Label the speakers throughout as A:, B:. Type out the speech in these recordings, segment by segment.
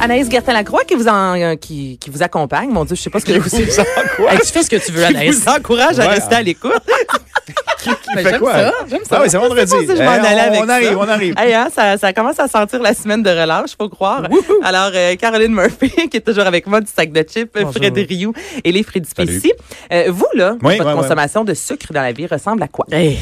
A: Anaïs Gertin-Lacroix qui vous en, euh, qui, qui vous accompagne. Mon Dieu, je sais pas ce que je vous
B: C'est ça, quoi?
A: Hey, tu fais ce que tu veux,
B: Qui
A: Anaïs.
B: vous encourage à rester à
A: l'écoute.
B: Fait
A: j'aime
B: quoi?
A: ça, j'aime ça.
B: Ah oui, c'est vendredi.
A: Je sais pas si je m'en
B: Eh, on-
A: allais avec
B: on, arrive,
A: ça.
B: on arrive.
A: Hey, hein, ça, ça commence à sentir la semaine de relâche, faut croire. Alors, euh, Caroline Murphy, qui est toujours avec moi du sac de chips, Fred Rioux et les Freddy Spécy. Euh, vous, là,
B: Oui,
A: votre
B: oui, oui.
A: consommation de sucre dans la vie ressemble à quoi?
C: Hey,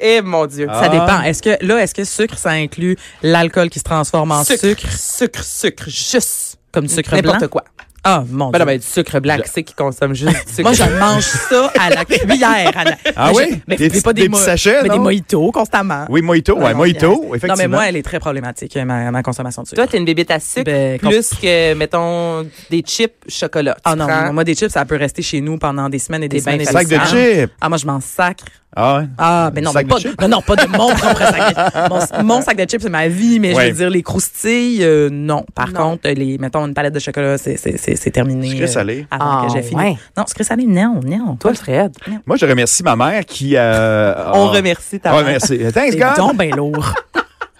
A: Eh mon Dieu.
B: Ah.
C: ça dépend. Est-ce que là, est-ce que sucre, ça inclut l'alcool qui se transforme
B: Ah.
C: en sucre,
A: Sucre, sucre, sucre, juste.
C: comme du sucre blanc?
A: N'importe quoi.
C: Ah, mon
A: Ben
C: Dieu.
A: non, ben, du sucre blanc, qui c'est qui consomme juste du sucre?
C: Moi, je mange ça à la cuillère. Anna.
B: Ah
C: Mais
B: oui?
C: je- Mais
B: Des
C: fais
B: petits-
C: pas des,
B: des petits sachets,
C: mais
B: non?
C: des mojitos constamment.
B: Oui, Mojito.
C: Non,
B: Ouais,
C: non,
B: Mojito,
C: Non,
B: effectivement.
C: mais moi, elle est très problématique, ma, ma consommation de sucre.
A: Toi, t'es une bébête à sucre
C: Ben, com-
A: plus que, mettons, des chips chocolat. Tu
C: Ah non,
A: prends-
C: non, moi, des chips, ça peut rester chez nous pendant des semaines et des
A: T'es
C: semaines.
A: bien
C: et des
B: Sac de
C: semaines.
B: chips.
C: Ah, moi, je m'en sacre.
B: Ah, ouais.
C: Ah, ben non,
B: Sac
C: mais
B: de
C: pas,
B: chips?
C: non, non, pas de mon propre sac de chips. Mon, mon sac de chips, c'est ma vie, mais
B: Ouais.
C: je veux dire, les croustilles, euh, non. Par
A: Non.
C: contre, les, mettons, une palette de chocolat, c'est, c'est, c'est, c'est terminé.
B: Sucré
C: euh,
B: salé.
C: avant
A: Ah,
C: que j'ai fini.
A: ouais.
C: Non, sucré salé, non, non.
A: Toi, Fred.
B: Moi, je remercie ma mère qui. euh,
A: On
B: a-
A: remercie ta
B: Ah,
A: mère.
B: merci. Thanks,
C: C'est
B: God.
C: donc ben lourd.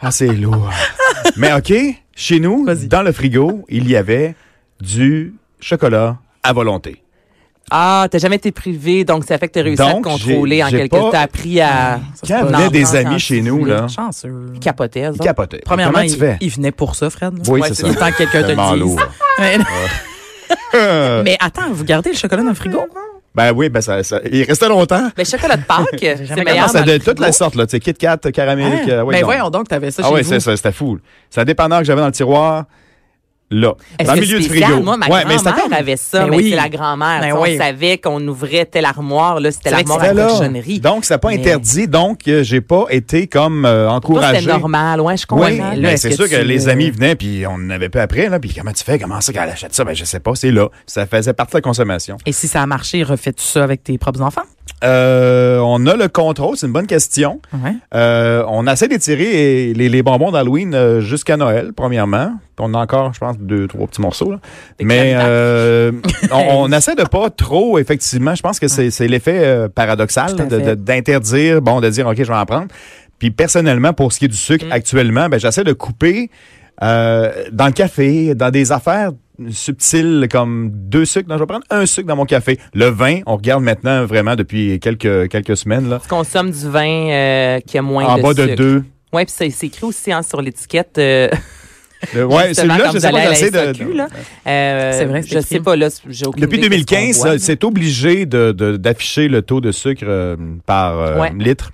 B: Ah, c'est lourd. Mais OK, chez nous, dans le frigo, il y avait du chocolat à volonté.
A: Ah, t'as jamais été privé, donc ça fait que t'as réussi à te
B: Donc, j'ai-
A: contrôler en
B: j'ai
A: quelque
B: pas-
A: T'as appris à
B: Quand
C: pas-
B: venaient
C: non,
B: des
A: non, quand
B: amis chez
A: tu
B: nous,
A: voulais.
B: là,
C: Chanceux.
A: capoter. eux
B: ils
A: autres.
B: capotaient.
C: Premièrement,
B: Comment tu
C: il,
B: fais?
C: il venait pour ça, Fred. là.
B: Oui,
C: Ouais,
B: c'est
C: Il
B: ça.
C: est temps que quelqu'un te
B: Tellement
C: le dise.
B: lourd. Ah.
C: Ouais. mais attends, vous gardez le chocolat dans le frigo?
B: Ben oui, ben ça, ça- il restait longtemps.
A: Mais Ben, chocolat de Pâques, c'est
C: jamais
B: Non,
A: meilleur.
B: ça
A: dans le
B: de toute
A: frigo.
B: la sorte, là, tu sais, Kit Kat, caramel. euh,
C: Mais Ah. Ben, voyons donc, t'avais ça
B: Ah
C: chez
B: ouais,
C: vous.
B: c'est ça, c'était fou. C'est un dépanneur que j'avais dans le tiroir, là,
A: Est-ce
B: dans
A: que
B: le milieu
A: c'est
B: du
A: spécial?
B: frigo.
A: Moi, ma
B: ouais, mais c'était
A: grand-mère
B: comme-
A: avait ça,
C: Ben
A: mais
C: oui.
A: c'est la grand-mère.
C: Ben
A: Tu sais,
C: oui.
A: On savait qu'on ouvrait telle armoire, là, c'était
C: C'est vrai que
A: l'armoire à
B: c'était
A: la
B: là.
A: cochonnerie.
B: Donc, c'est pas
A: Mais-
B: interdit. Donc, euh, j'ai pas été comme euh,
A: Toi,
B: encouragé.
A: c'était normal, ouais, je comprends.
B: Oui,
A: Là,
B: mais
C: est-ce
B: c'est
C: que
B: sûr que
C: tu,
B: les
C: euh,
B: amis venaient, puis on n'avait pas après, là, puis comment tu fais, comment ça qu'elle achète ça? Ben, je sais pas, c'est là. Ça faisait partie de la consommation.
C: Et si ça a marché, refais tout ça avec tes propres enfants?
B: Euh, on a le contrôle, c'est une bonne question.
C: Ouais.
B: Euh, on essaie d'étirer euh, les, les bonbons d'Halloween euh, jusqu'à Noël, premièrement. Puis On a encore, je pense, deux, trois petits morceaux. là.
A: Des
B: Mais
A: crème-tarte.
B: euh, on, on essaie de pas trop, effectivement. Je pense que c'est c'est l'effet euh, paradoxal
C: Tout à
B: de- de-
C: fait.
B: d'interdire, bon, de dire, OK, je vais en prendre. Puis personnellement, pour ce qui est du sucre,
A: Mm.
B: actuellement, ben, j'essaie de couper euh, dans le café, dans des affaires subtiles comme deux sucres. Non, je vais prendre un sucre dans mon café. Le vin, on regarde maintenant vraiment depuis quelques, quelques semaines, là,
A: Tu consommes du vin euh, qui a moins
B: en
A: de
B: bas de
A: sucre.
B: deux.
A: Oui, puis c'est c'est écrit aussi hein, sur l'étiquette. euh,
B: Le- ouais,
A: justement,
B: celui-là,
A: quand
B: je
A: vous
B: sais pas,
A: allez à la
B: j'essaie de-
A: SAQ, là. Euh,
C: C'est vrai, c'est
A: Je
C: écrit.
A: sais pas, là, j'ai aucune
B: Depuis
A: idée de ce qu'on
B: 2015,
A: boit.
B: euh, c'est obligé de- de- d'afficher le taux de sucre euh, par euh,
A: Ouais.
B: litre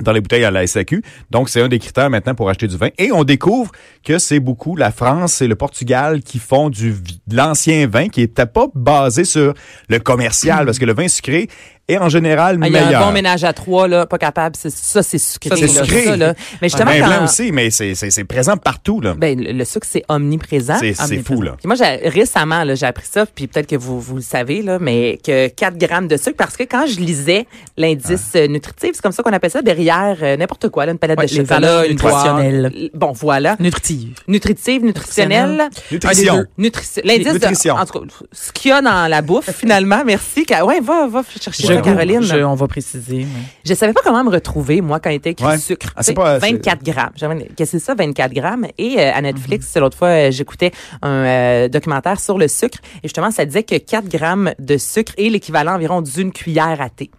B: dans les bouteilles à la SAQ. Donc, c'est un des critères maintenant pour acheter du vin. Et on découvre que c'est beaucoup la France et le Portugal qui font du, vi- de l'ancien vin qui n'était pas basé sur le commercial, parce que le vin sucré est en général
A: Ah, Il y
B: meilleur.
A: a un bon ménage à trois, là, pas capable. c'est- Ça, c'est sucré.
B: Ça, c'est
A: là,
B: sucré.
A: ça, là. Mais justement,
B: vin blanc
A: quand-
B: aussi, mais c'est- c'est c'est présent partout. là.
A: ben, hein? Ah, le le sucre, c'est omniprésent.
B: C'est- c'est
C: omniprésent.
B: fou, là.
A: Puis moi, j'ai- récemment, là, j'ai appris ça, puis peut-être que vous, vous le savez, là, mais que 4 grammes de sucre, parce que quand je lisais l'indice
B: Ah.
A: euh, nutritif, c'est comme ça qu'on appelle ça, derrière euh, n'importe quoi, là, une palette
C: Ouais,
A: de
C: les
A: chocolat,
C: valeurs
A: une boire.
C: nutritionnelles.
A: Bon, voilà.
C: Nutritive.
A: Nutritive, nutritionnelle.
B: Nutrition.
A: Un des deux. Nutrition. L'indice
B: Nutrition.
A: de, en tout cas, ce qu'il y a dans la bouffe, finalement. Merci. Ca- Ouais, va, va chercher
C: Je
A: ça, Caroline.
C: Je-
A: Je...
C: on va préciser. oui.
A: ne savais pas comment me retrouver, moi, quand il était écrit
B: Ouais.
A: sucre.
B: Ah, c'est
A: Tu sais,
B: pas- c'est-
A: 24 grammes. J'avais- Qu'est-ce que c'est ça, 24 grammes? Et euh, à Netflix,
B: Mhm.
A: l'autre fois, euh, j'écoutais un euh, documentaire sur le sucre. Et justement, ça disait que 4 grammes de sucre est l'équivalent environ d'une cuillère à thé.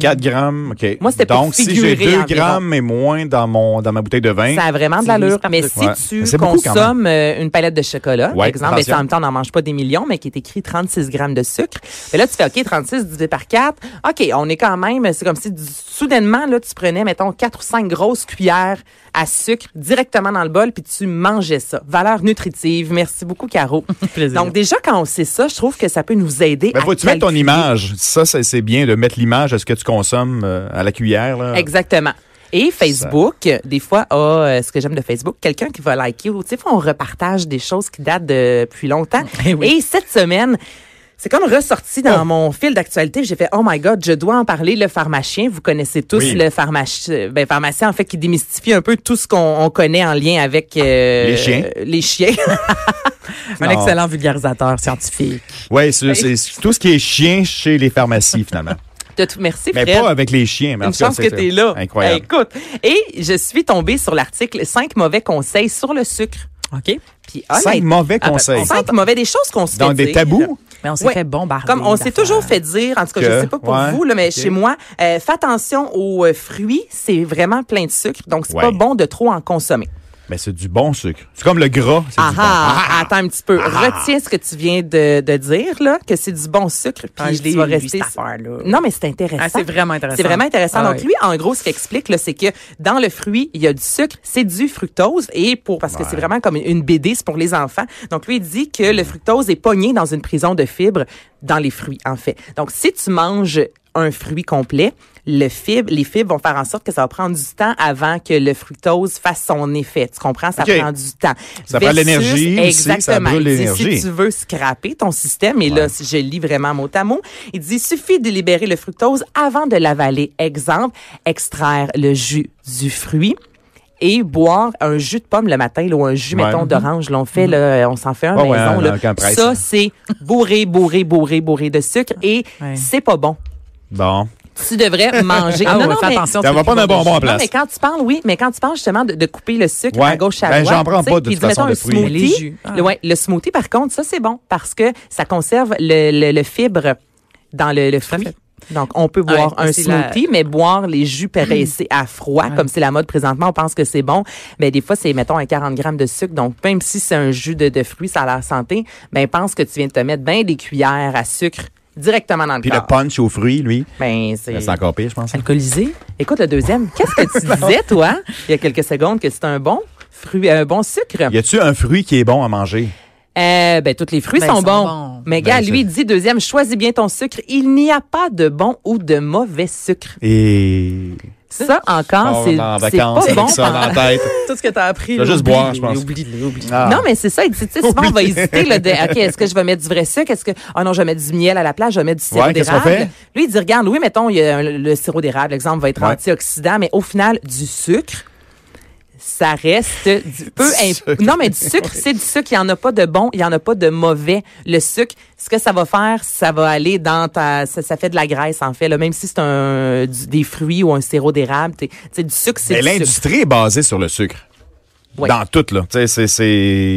B: 4 grammes, OK.
A: Moi, c'était pour
B: Donc, si
A: figurer
B: j'ai 2
A: environ.
B: grammes et moins dans, mon, dans ma bouteille de vin,
A: Ça a vraiment de
C: C'est
A: l'allure.
C: des
A: Mais
C: espèces
A: si
B: de- Hein? Ouais. Mais
A: tu
B: c'est beaucoup quand
A: consommes euh, une palette de chocolat, par
B: Ouais,
A: exemple, ben,
B: attention.
A: ça, en même temps, on n'en mange pas des millions, mais qui est écrit 36 grammes de sucre. Mais là, tu fais, OK, 36 divisé par 4. OK, on est quand même, c'est comme si du- soudainement, là, tu prenais, mettons, 4 ou 5 grosses cuillères à sucre directement dans le bol, puis tu mangeais ça. Valeur nutritive. Merci beaucoup, Caro.
C: Plaisir.
A: Donc, déjà, quand on sait ça, je trouve que ça peut nous aider
B: Ben,
A: à
B: faut que tu mettes ton
A: calculer.
B: image. Ça, c'est c'est bien de mettre l'image de ce que tu consommes euh, à la cuillère. Là.
A: Exactement. Et Facebook, euh, des fois, a euh, ce que j'aime de Facebook, quelqu'un qui va liker ou, tu sais, on repartage des choses qui datent de- depuis longtemps.
C: Eh oui.
A: Et cette semaine, c'est comme ressorti dans
B: Oh.
A: mon fil d'actualité. J'ai fait, oh my God, je dois en parler. Le pharmacien, vous connaissez tous
B: Oui.
A: le pharmacien, ben, pharmacien, en fait, qui démystifie un peu tout ce qu'on on connaît en lien avec euh,
B: Les chiens.
A: euh, Les chiens.
C: Un
B: Non.
C: excellent vulgarisateur scientifique.
B: Oui, c'est c'est tout ce qui est chien chez les pharmacies, finalement.
A: De tout- Merci,
B: mais
A: Fred.
B: pas avec les chiens. Mais en
A: Une
B: tout cas,
A: chance que
B: c'est-
A: tu es là. Ben,
B: Incroyable.
A: Écoute, et je suis tombée sur l'article 5 mauvais conseils sur le sucre.
C: OK?
A: Puis Puis
B: Cinq
A: honnêtement,
B: mauvais
C: ah, ben,
B: conseils.
C: on s'en-
A: cinq mauvais des choses qu'on se fait
B: Dans des
A: dire.
B: tabous.
C: Mais on s'est
A: Ouais.
C: fait bombarder.
A: Comme on s'est
C: d'affaires.
A: toujours fait dire, en tout cas,
B: Que-
A: je sais pas pour
B: ouais,
A: vous, là, mais
B: ok.
A: chez moi, euh, fais attention aux euh, fruits, c'est vraiment plein de sucre, donc c'est
B: Ouais.
A: pas bon de trop en consommer.
B: Mais c'est du bon sucre. C'est comme le gras. c'est
A: Ah
B: du bon.
A: ah, attends un petit peu. Retiens ce que tu viens de, de dire, là, que c'est du bon sucre, puis
C: Ah, je
A: tu
C: l'ai
A: vas
C: lu,
A: rester.
C: cette affaire-là.
A: Non, mais c'est intéressant.
C: Ah, c'est vraiment intéressant.
A: C'est vraiment intéressant.
C: Ah
A: Donc
C: ouais.
A: lui, en gros, ce qu'il explique, là, c'est que dans le fruit, il y a du sucre, c'est du fructose et pour parce que c'est vraiment comme une BD, c'est pour les enfants. Donc lui il dit que
C: Mm.
A: le fructose est pogné dans une prison de fibres dans les fruits en fait. Donc si tu manges un fruit complet, le fibre, les fibres vont faire en sorte que ça va prendre du temps avant que le fructose fasse son effet. Tu comprends? Ça
B: OK.
A: prend du temps.
B: Ça prend
A: Versus-
B: de l'énergie aussi, ça
A: Exactement.
B: brûle
A: Il dit,
B: l'énergie.
A: Si tu veux scraper ton système, et là, si je lis vraiment mot à mot, il dit, suffit de libérer le fructose avant de l'avaler. Exemple, extraire le jus du fruit et boire un jus de pomme le matin là, ou un jus,
B: Ouais. Mm-hmm.
A: mettons, d'orange. Là, on fait, là, on s'en fait un
B: Ouais, ouais,
A: maison.
B: un-
A: là.
B: un camp presse.
A: Ça, c'est bourré, bourré, bourré, bourré de sucre et
C: Ouais.
A: c'est pas bon.
B: Bon.
A: Tu devrais manger.
C: Ah,
A: non,
C: ouais,
A: non,
C: fais
A: mais-
C: attention.
B: Ça
C: tu
B: va
C: fais
B: prendre un
C: bombarder.
B: bonbon en
A: non,
B: place.
A: mais quand tu parles, oui, mais quand tu parles justement de, de couper le sucre
B: Ouais.
A: à gauche à
B: Ben,
A: droite,
B: j'en prends
A: tu sais,
B: pas de
A: puis
B: toute
A: mettons
B: façon
A: un
B: de fruits.
A: smoothie.
C: Les jus, ah.
A: Le, ouais, le smoothie par contre, ça c'est bon parce que ça conserve le, le- le fibre dans le, le fruit. Donc on peut
C: Ouais,
A: boire un
C: mais c'est la-
A: smoothie, mais boire les jus pressés à froid, comme c'est la mode présentement, on pense que c'est bon, mais des fois c'est mettons un 40 grammes de sucre. Donc même si c'est un jus de, de fruits, ça a l'air santé, ben pense que tu viens de te mettre bien des cuillères à sucre directement dans le
B: Puis le
A: corps.
B: punch aux fruits, lui,
A: Ben,
B: ben, c'est encore pire, je pense.
C: Alcoolisé?
A: Écoute, le deuxième, qu'est-ce que tu disais, toi, il y a quelques secondes, que c'est un bon fruit, euh, un bon sucre?
B: Y a-tu un fruit qui est bon à manger?
A: Euh, ben, tous les fruits
C: Ben,
A: sont,
C: ils sont
A: bons.
C: bons.
A: Mais gars,
B: Ben,
A: lui, il dit, deuxième, choisis bien ton sucre. Il n'y a pas de bon ou de mauvais sucre.
B: Et.
A: Ça, encore,
B: Part
A: Ah, c'est
B: en
A: c'est pas
B: vacances avec
A: bon.
B: ça dans la tête.
C: Tout ce que t'as appris.
B: Je vais
C: là,
B: juste
C: oublie,
B: boire, je pense.
C: Oublie, oublie.
B: Ah.
A: Non, mais c'est ça. Il dit, tu sais, souvent, on va
B: Oublie.
A: hésiter, là, de, OK, est-ce que je vais mettre du vrai sucre? Est-ce que, ah non, je vais mettre du miel à la place, je vais mettre du sirop
B: Ouais, qu'est-ce qu'on
A: d'érable.
B: fait?
A: Lui, il dit, regarde, oui, mettons, il y a un- le sirop d'érable, l'exemple va être
B: Ouais.
A: antioxydant, mais au final, du sucre, ça reste du peu
B: Du
A: imp-
B: sucre.
A: Non, mais du sucre, c'est du sucre. Il n'y en a pas de bon, il n'y en a pas de mauvais. Le sucre, ce que ça va faire, ça va aller dans ta. Ça, ça fait de la graisse, en fait, là. Même si c'est un, du- des fruits ou un sirop d'érable, t'es- tu sais, du sucre, c'est
B: Mais
A: du sucre.
B: l'industrie est basée sur le sucre.
A: Ouais.
B: Dans tout, là. Tu sais, c'est- c'est.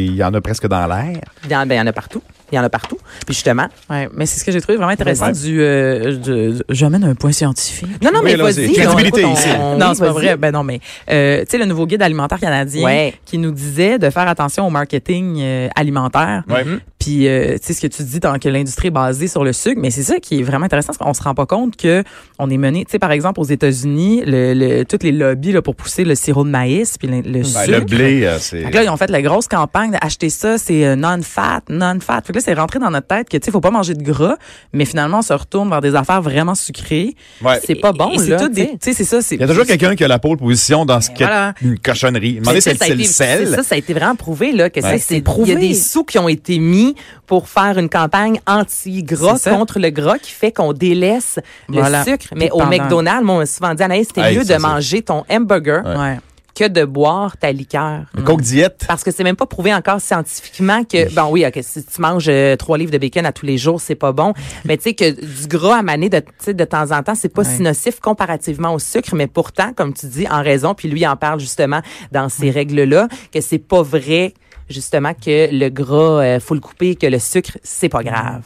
B: Il y en a presque dans l'air.
A: Il y en ben, il y en a partout. Il y en a partout. Puis justement,
C: Ouais, mais c'est ce que j'ai trouvé vraiment intéressant
B: Ouais.
C: du, euh, du- J'amène un point scientifique.
A: Non, non,
B: Oui,
A: mais
B: allons-y.
A: vas-y.
B: Crédibilité
A: on-
B: ici.
A: on-
C: non,
A: oui,
C: c'est pas
A: vas-y.
C: vrai. Ben non, mais euh, tu sais, le nouveau guide alimentaire canadien
A: Ouais.
C: qui nous disait de faire attention au marketing euh, alimentaire.
B: Ouais.
A: Mm-hmm.
C: Puis euh, tu sais ce que tu dis tant que l'industrie est basée sur le sucre, mais c'est ça qui est vraiment intéressant, parce qu'on se rend pas compte que on est mené. Tu sais, par exemple, aux États-Unis, le, le- toutes les lobbies là, pour pousser le sirop de maïs puis le, le
B: Ben,
C: sucre.
B: le blé, euh, c'est.
C: Fait que là, ils ont fait la grosse campagne d'acheter ça, c'est euh, non-fat, non-fat. Fait que là, c'est rentré dans notre tête que, tu sais, faut pas manger de gras, mais finalement, on se retourne vers des affaires vraiment sucrées.
B: Ouais.
A: C'est pas bon,
C: Et c'est
A: là,
C: tout des-
A: tu sais.
C: Tu sais, c'est ça, c'est.
B: Il y a toujours quelqu'un qui a la pole position dans ce qu'est
C: voilà.
B: une cochonnerie. Demandez
A: Mais
B: si
A: ça,
B: c'est
A: ça a
B: c'est le
A: été-
B: sel.
A: Ben, c'est Ça, ça a été vraiment prouvé, là, que ça,
C: Ouais.
A: c'est
C: C'est prouvé.
A: Il y a des sous qui ont été mis pour faire une campagne anti-gras
C: C'est ça.
A: contre le gras qui fait qu'on délaisse le
C: Voilà.
A: sucre.
C: Puis
A: Mais au
C: pendant-
A: McDonald's, moi, on m'a souvent dit, Anaïs, c'était
B: Hey,
A: mieux
B: ça,
A: de
B: c'est-
A: manger ton hamburger
C: Ouais.
A: que de boire ta liqueur.
B: Le Coke diète.
A: Parce que c'est même pas prouvé encore scientifiquement que, bon oui, ok, si tu manges euh, trois livres de bacon à tous les jours, c'est pas bon. Mais tu sais que du gras à maner de, tu sais, de temps en temps, c'est pas
C: Ouais.
A: si nocif comparativement au sucre. Mais pourtant, comme tu dis, en raison, puis lui il en parle justement dans ces règles-là, que c'est pas vrai justement que le gras, euh, faut le couper, que le sucre, c'est pas grave.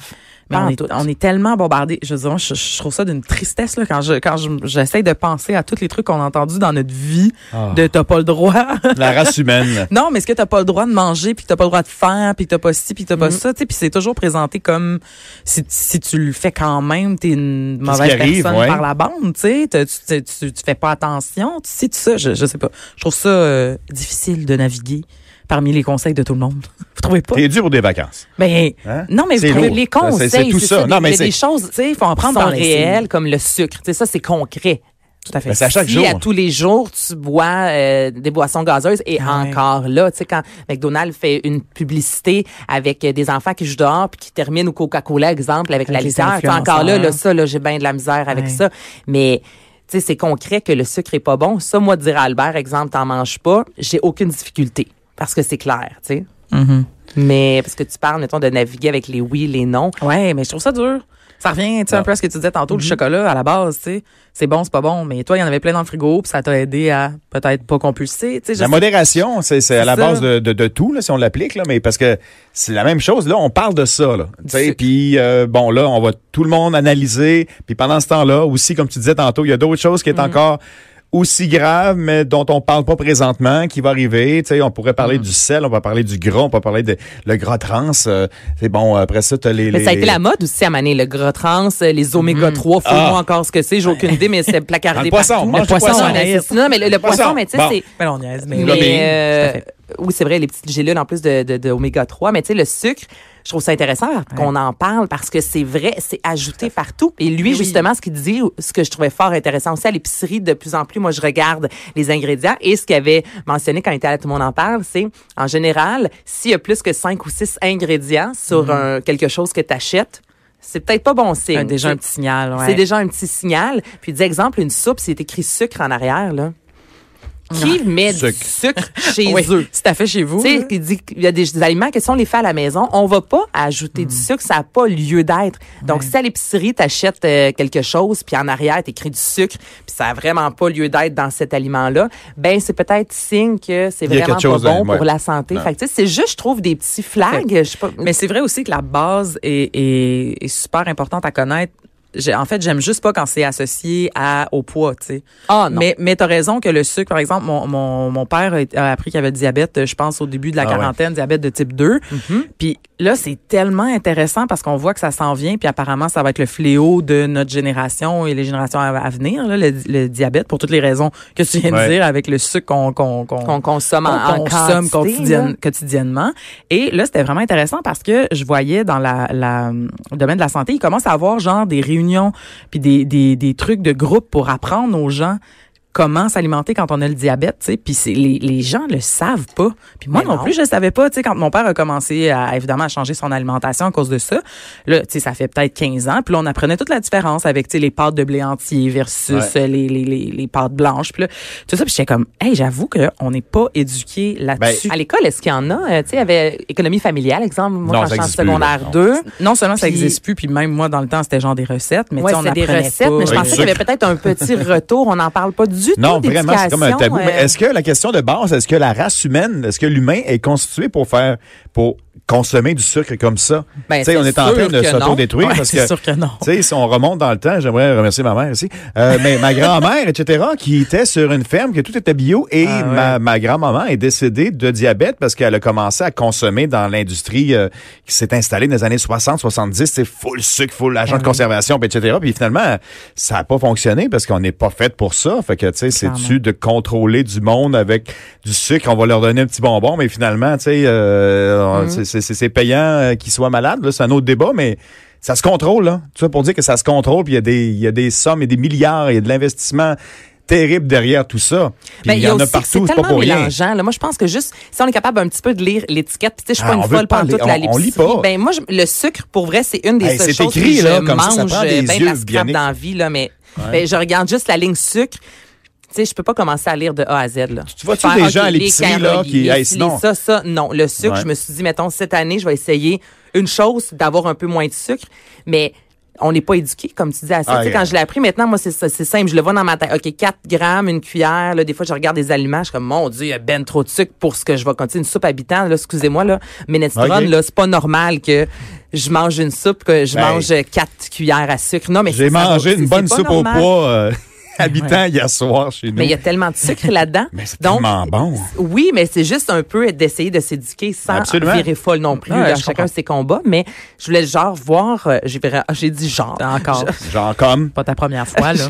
C: Mais
A: Pas
C: on
A: en
C: est,
A: tout.
C: on est tellement bombardé. Je veux dire, moi, je, je trouve ça d'une tristesse là, quand je quand je- j'essaie de penser à tous les trucs qu'on a entendus dans notre vie
A: Ah.
B: Ah.
C: de t'as pas le droit.
B: La race humaine.
C: non, mais est-ce que t'as pas le droit de manger, puis que t'as pas le droit de faire, puis que t'as pas ci, puis que t'as
B: Mm.
C: pas ça, tu sais, puis c'est toujours présenté comme si, si tu le fais quand même, t'es une
B: C'est ce
C: mauvaise
B: qui arrive,
C: personne
B: ouais.
C: par la bande, tu sais, t'as- tu, tu, tu- tu fais pas attention, tu sais, tout ça, je, je sais pas. Je trouve ça euh, difficile de naviguer parmi les conseils de tout le monde. Vous trouvez pas?
B: T'es dû pour des vacances.
C: Ben,
B: Hein?
C: non, mais vous
B: C'est
C: trouvez
B: lourd.
A: les
B: Ça, c'est-
A: conseils,
B: c'est tout ça. Non, mais
A: il y a
B: c'est-
A: des choses, tu sais, il faut en prendre
C: Sans
A: dans
C: les signes.
A: réel, comme le sucre. Tu sais, ça, c'est concret.
C: tout à fait.
B: Ben, c'est à chaque
A: si
B: jour.
A: à tous les jours, tu bois euh, des boissons gazeuses et
C: Ah ouais.
A: encore là, tu sais, quand McDonald's fait une publicité avec euh, des enfants qui jouent dehors puis qui terminent au Coca-Cola, exemple, avec,
C: Avec
A: la
C: les
A: liqueur, tu sais, encore là,
C: influenceurs. hein.
A: là, ça, là, j'ai bien de la misère avec
C: Ouais.
A: ça. Mais, tu sais, c'est concret que le sucre est pas bon. Ça, moi, de dire à Albert, exemple, t'en manges pas, j'ai aucune difficulté. Parce que c'est clair, tu sais.
C: Mhm.
A: Mais parce que tu parles, mettons, de naviguer avec les oui, les non.
C: Ouais, mais je trouve ça dur. Ça revient, tu sais, un
B: Ah.
C: peu à ce que tu disais tantôt, le chocolat, à la base, tu sais, c'est bon, c'est pas bon, mais toi, il y en avait plein dans le frigo, puis ça t'a aidé à peut-être pas compulser, tu sais. je
B: La
C: sais-
B: modération, c'est c'est
C: C'est
B: à la
C: ça.
B: base de, de- de tout, là, si on l'applique, là, mais parce que c'est la même chose. Là, on parle de ça. Là, Tu sais,
C: sucre.
B: puis, euh, bon, là, on va tout le monde analyser. Puis pendant ce temps-là, aussi, comme tu disais tantôt, il y a d'autres choses qui
C: Mm.
B: est encore aussi graves, mais dont on parle pas présentement, qui va arriver. Tu sais, on pourrait parler
C: Mm.
B: du sel, on va parler du gras, on va parler de le gras trans. euh, c'est bon, après ça, tu les,
A: Mais ça a
B: les-
A: été la mode aussi à Mané, le gras trans, euh, les oméga 3, faut
B: Ah.
A: moi encore ce que c'est, j'ai aucune idée, mais c'est placardé
B: Dans le poisson,
A: partout.
B: mange
A: le
B: du
A: poisson,
B: poisson.
A: on assiste- Non, mais le, le
B: Poisson.
A: poisson, mais tu sais,
B: Bon.
A: c'est...
C: Mais là, Ben, on niaise, mais,
B: Globine,
A: Mais, euh,
C: tout à fait.
A: oui, c'est vrai, les petites gélules en plus de, de, de oméga 3, mais tu sais, le sucre, je trouve ça intéressant qu'on en parle parce que c'est vrai, c'est ajouté partout. Et lui,
C: Oui.
A: justement, ce qu'il dit, ce que je trouvais fort intéressant aussi à l'épicerie, de plus en plus, moi, je regarde les ingrédients et ce qu'il avait mentionné quand il était là, tout le monde en parle, c'est, en général, s'il y a plus que cinq ou six ingrédients sur un- quelque chose que tu achètes, c'est peut-être pas bon signe.
C: Mm-hmm. Un- déjà un
A: C'est-
C: petit signal, ouais.
A: c'est déjà un petit signal. Puis d'exemple, une soupe, c'est écrit sucre en arrière, là. Qui met
B: Sucre.
A: du sucre chez
C: Oui,
A: eux?
C: c'est à fait chez vous.
A: Tu sais,
C: là.
A: il dit qu'il y a des, des aliments qui sont les faits à la maison. On va pas ajouter
C: Mm.
A: du sucre, ça n'a pas lieu d'être. Donc, si à l'épicerie, t'achètes euh, quelque chose, puis en arrière, t'écris du sucre, puis ça a vraiment pas lieu d'être dans cet aliment-là, ben c'est peut-être signe que c'est
B: Il y a
A: vraiment
B: quelque chose,
A: pas bon
B: hein, ouais.
A: pour la santé.
B: Non.
A: Fait que, tu sais, c'est juste, je trouve, des petits flags. Je sais pas.
C: Mais c'est vrai aussi que la base est, est- est super importante à connaître. J'ai- En fait, j'aime juste pas quand c'est associé à, au poids, tu sais.
A: Ah, non.
C: Mais, mais t'as raison que le sucre, par exemple, mon, mon, mon père a- a appris qu'il avait le diabète, euh, je pense, au début de la
B: Ah ouais.
C: quarantaine, diabète de type 2. Puis là, c'est tellement intéressant parce qu'on voit que ça s'en vient, puis apparemment, ça va être le fléau de notre génération et les générations à, à venir, là, le, le diabète, pour toutes les raisons que tu viens
B: Ouais.
C: de dire avec le sucre qu'on- qu'on- qu'on-
A: qu'on consomme en, en
C: qu'on consomme
A: quantité,
C: quotidienne-
A: là.
C: quotidiennement. Et là, c'était vraiment intéressant parce que je voyais dans la, la, le domaine de la santé, ils commencent à avoir genre des réunions puis des, des, des trucs de groupe pour apprendre aux gens comment s'alimenter quand on a le diabète, tu sais, puis c'est les, les gens le savent pas. Puis moi
A: Mais
C: non,
A: non.
C: plus, je le savais pas, tu sais, quand mon père a commencé à évidemment à changer son alimentation à cause de ça. Là, tu sais, ça fait peut-être 15 ans, puis là, on apprenait toute la différence avec tu sais les pâtes de blé entier versus
B: Ouais.
C: euh, les, les, les, les pâtes blanches, puis là, tout ça, puis j'étais comme hey, j'avoue que on n'est pas éduqué là-dessus.
B: Ben,
A: À l'école, est-ce qu'il y en a? Euh, tu sais, il y avait économie familiale, exemple. Moi,
B: Non,
A: quand je
B: ça
A: suis en
B: existe plus,
A: secondaire
B: là. Non.
A: 2,
C: non seulement ça
A: Puis-
C: existe plus, puis même moi dans le temps c'était genre des recettes, mais tu
A: ouais,
C: sais, on
A: c'était des
C: apprenait
A: recettes,
C: pas.
A: mais je
B: Avec
A: pensais qu'il y avait peut-être un petit retour. On n'en parle pas du tout.
B: Non, vraiment, c'est comme un
A: d'éducation,
B: tabou. Mais
A: euh,
B: est-ce que la question de base, est-ce que la race humaine, est-ce que l'humain est constitué pour faire, pour consommer du sucre comme ça?
A: Ben,
B: Tu sais, on
A: c'est
B: est en train
A: sûr
B: de
A: que non.
B: s'auto-détruire
C: Ouais,
B: parce
C: c'est
B: que.
C: sûr que non.
B: Tu sais, si on remonte dans le temps, j'aimerais remercier ma mère ici, euh, mais ma grand-mère, etc., qui était sur une ferme, que tout était bio, et
C: Ah ouais.
B: ma, ma grand-maman est décédée de diabète parce qu'elle a commencé à consommer dans l'industrie euh, qui s'est installée dans les années 60, 70, c'est full sucre, full agent de conservation, puis etc. Puis finalement, ça n'a pas fonctionné parce qu'on n'est pas fait pour ça. Fait que, tu sais, c'est-tu de contrôler du monde avec du sucre, on va leur donner un petit bonbon, mais finalement, tu sais, euh, c'est- c'est- c'est c'est payant euh, qu'ils soient malades, là, c'est un autre débat, mais ça se contrôle, là. Tu vois, pour dire que ça se contrôle, puis il y, a des- il y a des sommes et des milliards, il y a de l'investissement terrible derrière tout ça. Puis
A: Ben,
B: il y en
A: aussi
B: a
A: que
B: partout,
A: c'est
B: c'est pas
A: tellement
B: pour rien.
A: mélangeant. Là, moi, je pense que juste, si on est capable un petit peu de lire l'étiquette, puis tu sais, je suis
B: Ah,
A: pas
B: on
A: une
B: veut
A: folle
B: pas
A: pendant toute
B: lire,
A: la
B: on- on lit
A: l'épicerie.
B: pas.
A: Ben, moi, je- le sucre, pour vrai, c'est une des
B: Hey,
A: seules
B: c'est
A: choses
B: écrit,
A: que
B: là,
A: je
B: comme ça,
A: mange
B: ça prend des
A: euh, ben de la
B: yeux
A: scrap
B: bioniques.
A: dans la vie, là, mais ben, je regarde juste la ligne sucre. Tu sais, je peux pas commencer à lire de A à Z. Là.
B: Tu vois-tu
A: Faire,
B: des
A: OK,
B: gens à
A: les
B: l'épicerie, là,
A: calories,
B: qui-
A: les
B: hey,
A: filets,
B: sinon-
A: ça, ça, non. Le sucre,
B: Ouais.
A: je me suis dit, mettons, cette année, je vais essayer une chose, d'avoir un peu moins de sucre, mais on n'est pas éduqué, comme tu dis, à ça.
B: Ah,
A: Tu sais,
B: yeah.
A: quand je l'ai appris, maintenant, moi, c'est ça, c'est simple. Je le vois dans ma tête. OK, 4 grammes, une cuillère. Là, des fois, je regarde des aliments. Je suis comme, mon Dieu, il y a ben trop de sucre pour ce que je vais continuer. Une soupe habitant, là, excusez-moi, là. Minestrone,
B: OK.
A: là, c'est pas normal que je mange une soupe, que je
B: Ben.
A: mange 4 cuillères à sucre. Non, mais
B: J'ai
A: ça- ça-
B: mangé
A: c'est-
B: une
A: c'est
B: bonne
A: pas
B: soupe
A: normal.
B: au poids euh, habitant hier soir chez nous.
A: Mais il y a tellement de sucre là-dedans.
B: Mais c'est
A: Donc,
B: tellement bon.
A: Oui, mais c'est juste un peu d'essayer de s'éduquer sans
B: Absolument.
A: virer folle non plus.
C: Ouais,
A: là.
C: je
A: chacun
C: comprends.
A: ses combats, mais je voulais genre voir, euh, j'ai vra- j'ai dit genre.
C: Encore,
B: Genre comme.
C: pas ta première fois là.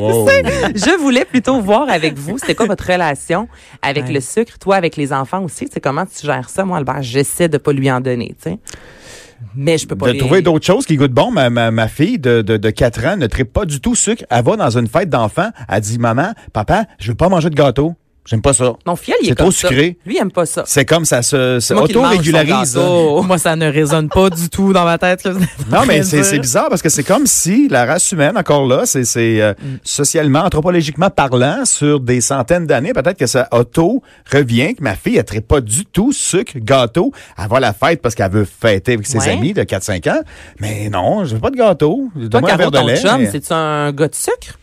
B: Wow.
A: Je voulais plutôt voir avec vous, c'était quoi votre relation avec
C: Ouais.
A: le sucre, toi avec les enfants aussi, tu sais comment tu gères ça moi Albert, j'essaie de pas lui en donner, tu sais. Mais je peux pas
B: de
A: les-
B: trouver d'autres choses qui goûtent bon. Ma, ma, ma fille de, de, de 4 ans ne tripe pas du tout sucre. Elle va dans une fête d'enfants. Elle dit, maman, papa, je veux pas manger de gâteau. J'aime pas ça.
A: Mon fiel, il est,
B: C'est
A: comme
B: trop
A: ça.
B: sucré.
A: Lui, il aime pas ça.
B: C'est comme ça se, se
A: C'est moi qui le mange,
B: auto-régularise.
A: son gâteau.
C: Moi, ça ne résonne pas du tout dans ma tête.
B: Oh. Non, mais c'est c'est bizarre parce que c'est comme si la race humaine, encore là, c'est c'est, euh,
A: Mm.
B: socialement, anthropologiquement parlant, sur des centaines d'années, peut-être que ça auto-revient, que ma fille, elle ne pas du tout sucre, gâteau. Elle va à la fête parce qu'elle veut fêter avec ses
A: Ouais.
B: amis de 4-5 ans. Mais non, je veux pas de gâteau.
A: Toi,
B: Donne-moi un
A: Caro,
B: verre
A: ton
B: de lait.
A: chum,
B: mais
A: c'est-tu un gars de sucre?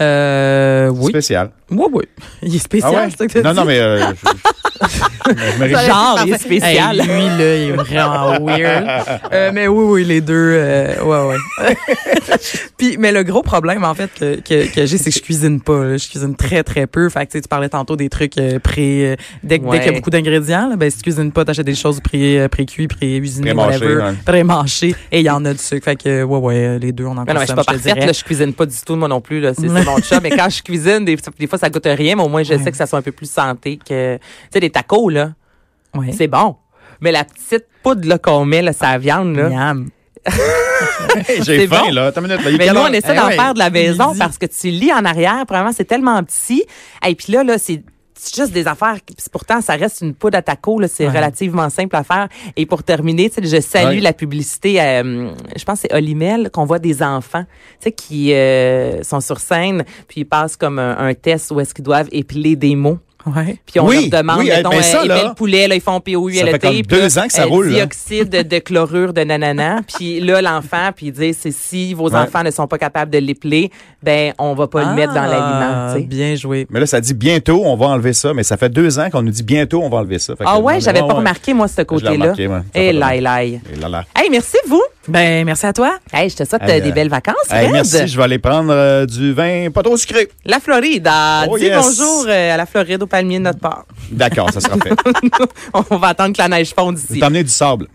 A: Ah
C: Euh, oui.
B: Spécial.
C: Oui, oui. Il est
B: Ah
C: spécial,
B: ouais?
C: c'est ça que t'as
B: Non, non,
C: dit?
B: mais... euh, je- je- je- je me réjouis.
C: Genre, il est
A: Parfait.
C: spécial.
A: Hey,
C: lui, là, il est vraiment weird. Euh, mais oui, oui, les deux, euh, ouais, ouais. Puis, mais le gros problème, en fait, que, que, que j'ai, c'est que je cuisine pas. là. Je cuisine très, très peu. Fait que, tu sais, tu parlais tantôt des trucs euh, pré... euh, dès que- dès qu'il y a
A: Ouais.
C: beaucoup d'ingrédients, là, ben, si tu cuisines pas, t'achètes des choses pré, euh, pré-cuits, pré-usinées,
B: Pré-mâchées,
C: whatever.
B: ouais.
C: Pré-mâchées. Et il y en a du sucre. Fait que, ouais, ouais, euh, les deux, on en
A: Mais non, mais je suis
C: consomme,
A: pas
C: je te dirais.
A: parfaite, là, je cuisine pas du tout, moi non plus, là. C'est c'est mon chat. Mais quand je cuisine, des, des fois, ça goûte rien, mais au moins, je sais que ça soit un peu plus santé que, tu sais, des tacos, là.
C: Ouais.
A: C'est bon. Mais la petite poudre, là, qu'on met, là, sa viande, là.
C: Miam.
B: J'ai
A: c'est
B: faim,
A: bon.
B: là. Attends une minute, là. Il est
A: Mais
B: quelle
A: nous, on
B: heure?
A: essaie
B: Eh
A: d'en
B: ouais.
A: faire de la maison
C: Midi.
A: parce que tu lis en arrière, premièrement, c'est tellement petit. Et puis là, là, c'est c'est juste des affaires. qui- puis Pourtant, ça reste une poudre à taco. là, C'est
C: Ouais.
A: relativement simple à faire. Et pour terminer, tu sais, je salue
B: Ouais.
A: la publicité. euh, je pense que c'est Olimel qu'on voit des enfants tu sais, qui euh, sont sur scène puis ils passent comme un, un test où est-ce qu'ils doivent épeler des mots.
C: Ouais.
A: Puis on
B: Oui,
A: leur demande,
B: oui,
A: mettons,
B: ben ça,
A: euh,
B: là,
A: épais le poulet, là, ils font POU,
B: ça fait
A: LET,
B: comme
A: E puis
B: deux
A: là,
B: ans que ça
A: euh,
B: roule, là.
A: Dioxyde de chlorure de nanana. puis là, l'enfant, puis il dit, c'est si vos
B: Ouais.
A: enfants ne sont pas capables de l'épeler, ben, on va pas le mettre dans
B: Ah.
A: l'aliment, tu sais.
C: Ah, Bien joué.
B: Mais là, ça dit bientôt, on va enlever ça. Mais ça fait deux ans qu'on nous dit bientôt, on va enlever ça. Fait que,
A: Ah ouais,
B: non,
A: j'avais pas
B: ouais.
A: remarqué, moi, ce côté-là.
B: remarqué, ouais. Ça fait
A: Eh,
B: pas
A: laï, laï.
B: Et là, là.
A: Hey, merci, vous.
C: Ben, merci à toi.
A: Hey, je te souhaite
B: Hey,
A: euh, des
B: euh,
A: belles vacances,
B: Hey,
A: Fred.
B: merci, je vais aller prendre euh, du vin pas trop sucré.
A: La Floride. ah,
B: Oh,
A: dis
B: yes.
A: bonjour euh, à la Floride, au palmier de notre part.
B: D'accord, ça sera fait.
A: on va attendre que la neige fonde
B: Je vais
A: ici.
B: t'emmener du sable.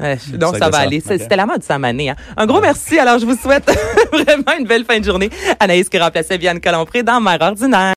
A: Ouais, donc, ça
B: sac de
A: va
B: sable.
A: aller. C'est-
B: Ok.
A: C'était la mode, ça manée. Hein. Un gros merci. Alors, je vous souhaite vraiment une belle fin de journée. Anaïs qui remplaçait Vianne Colompré dans Mère ordinaire.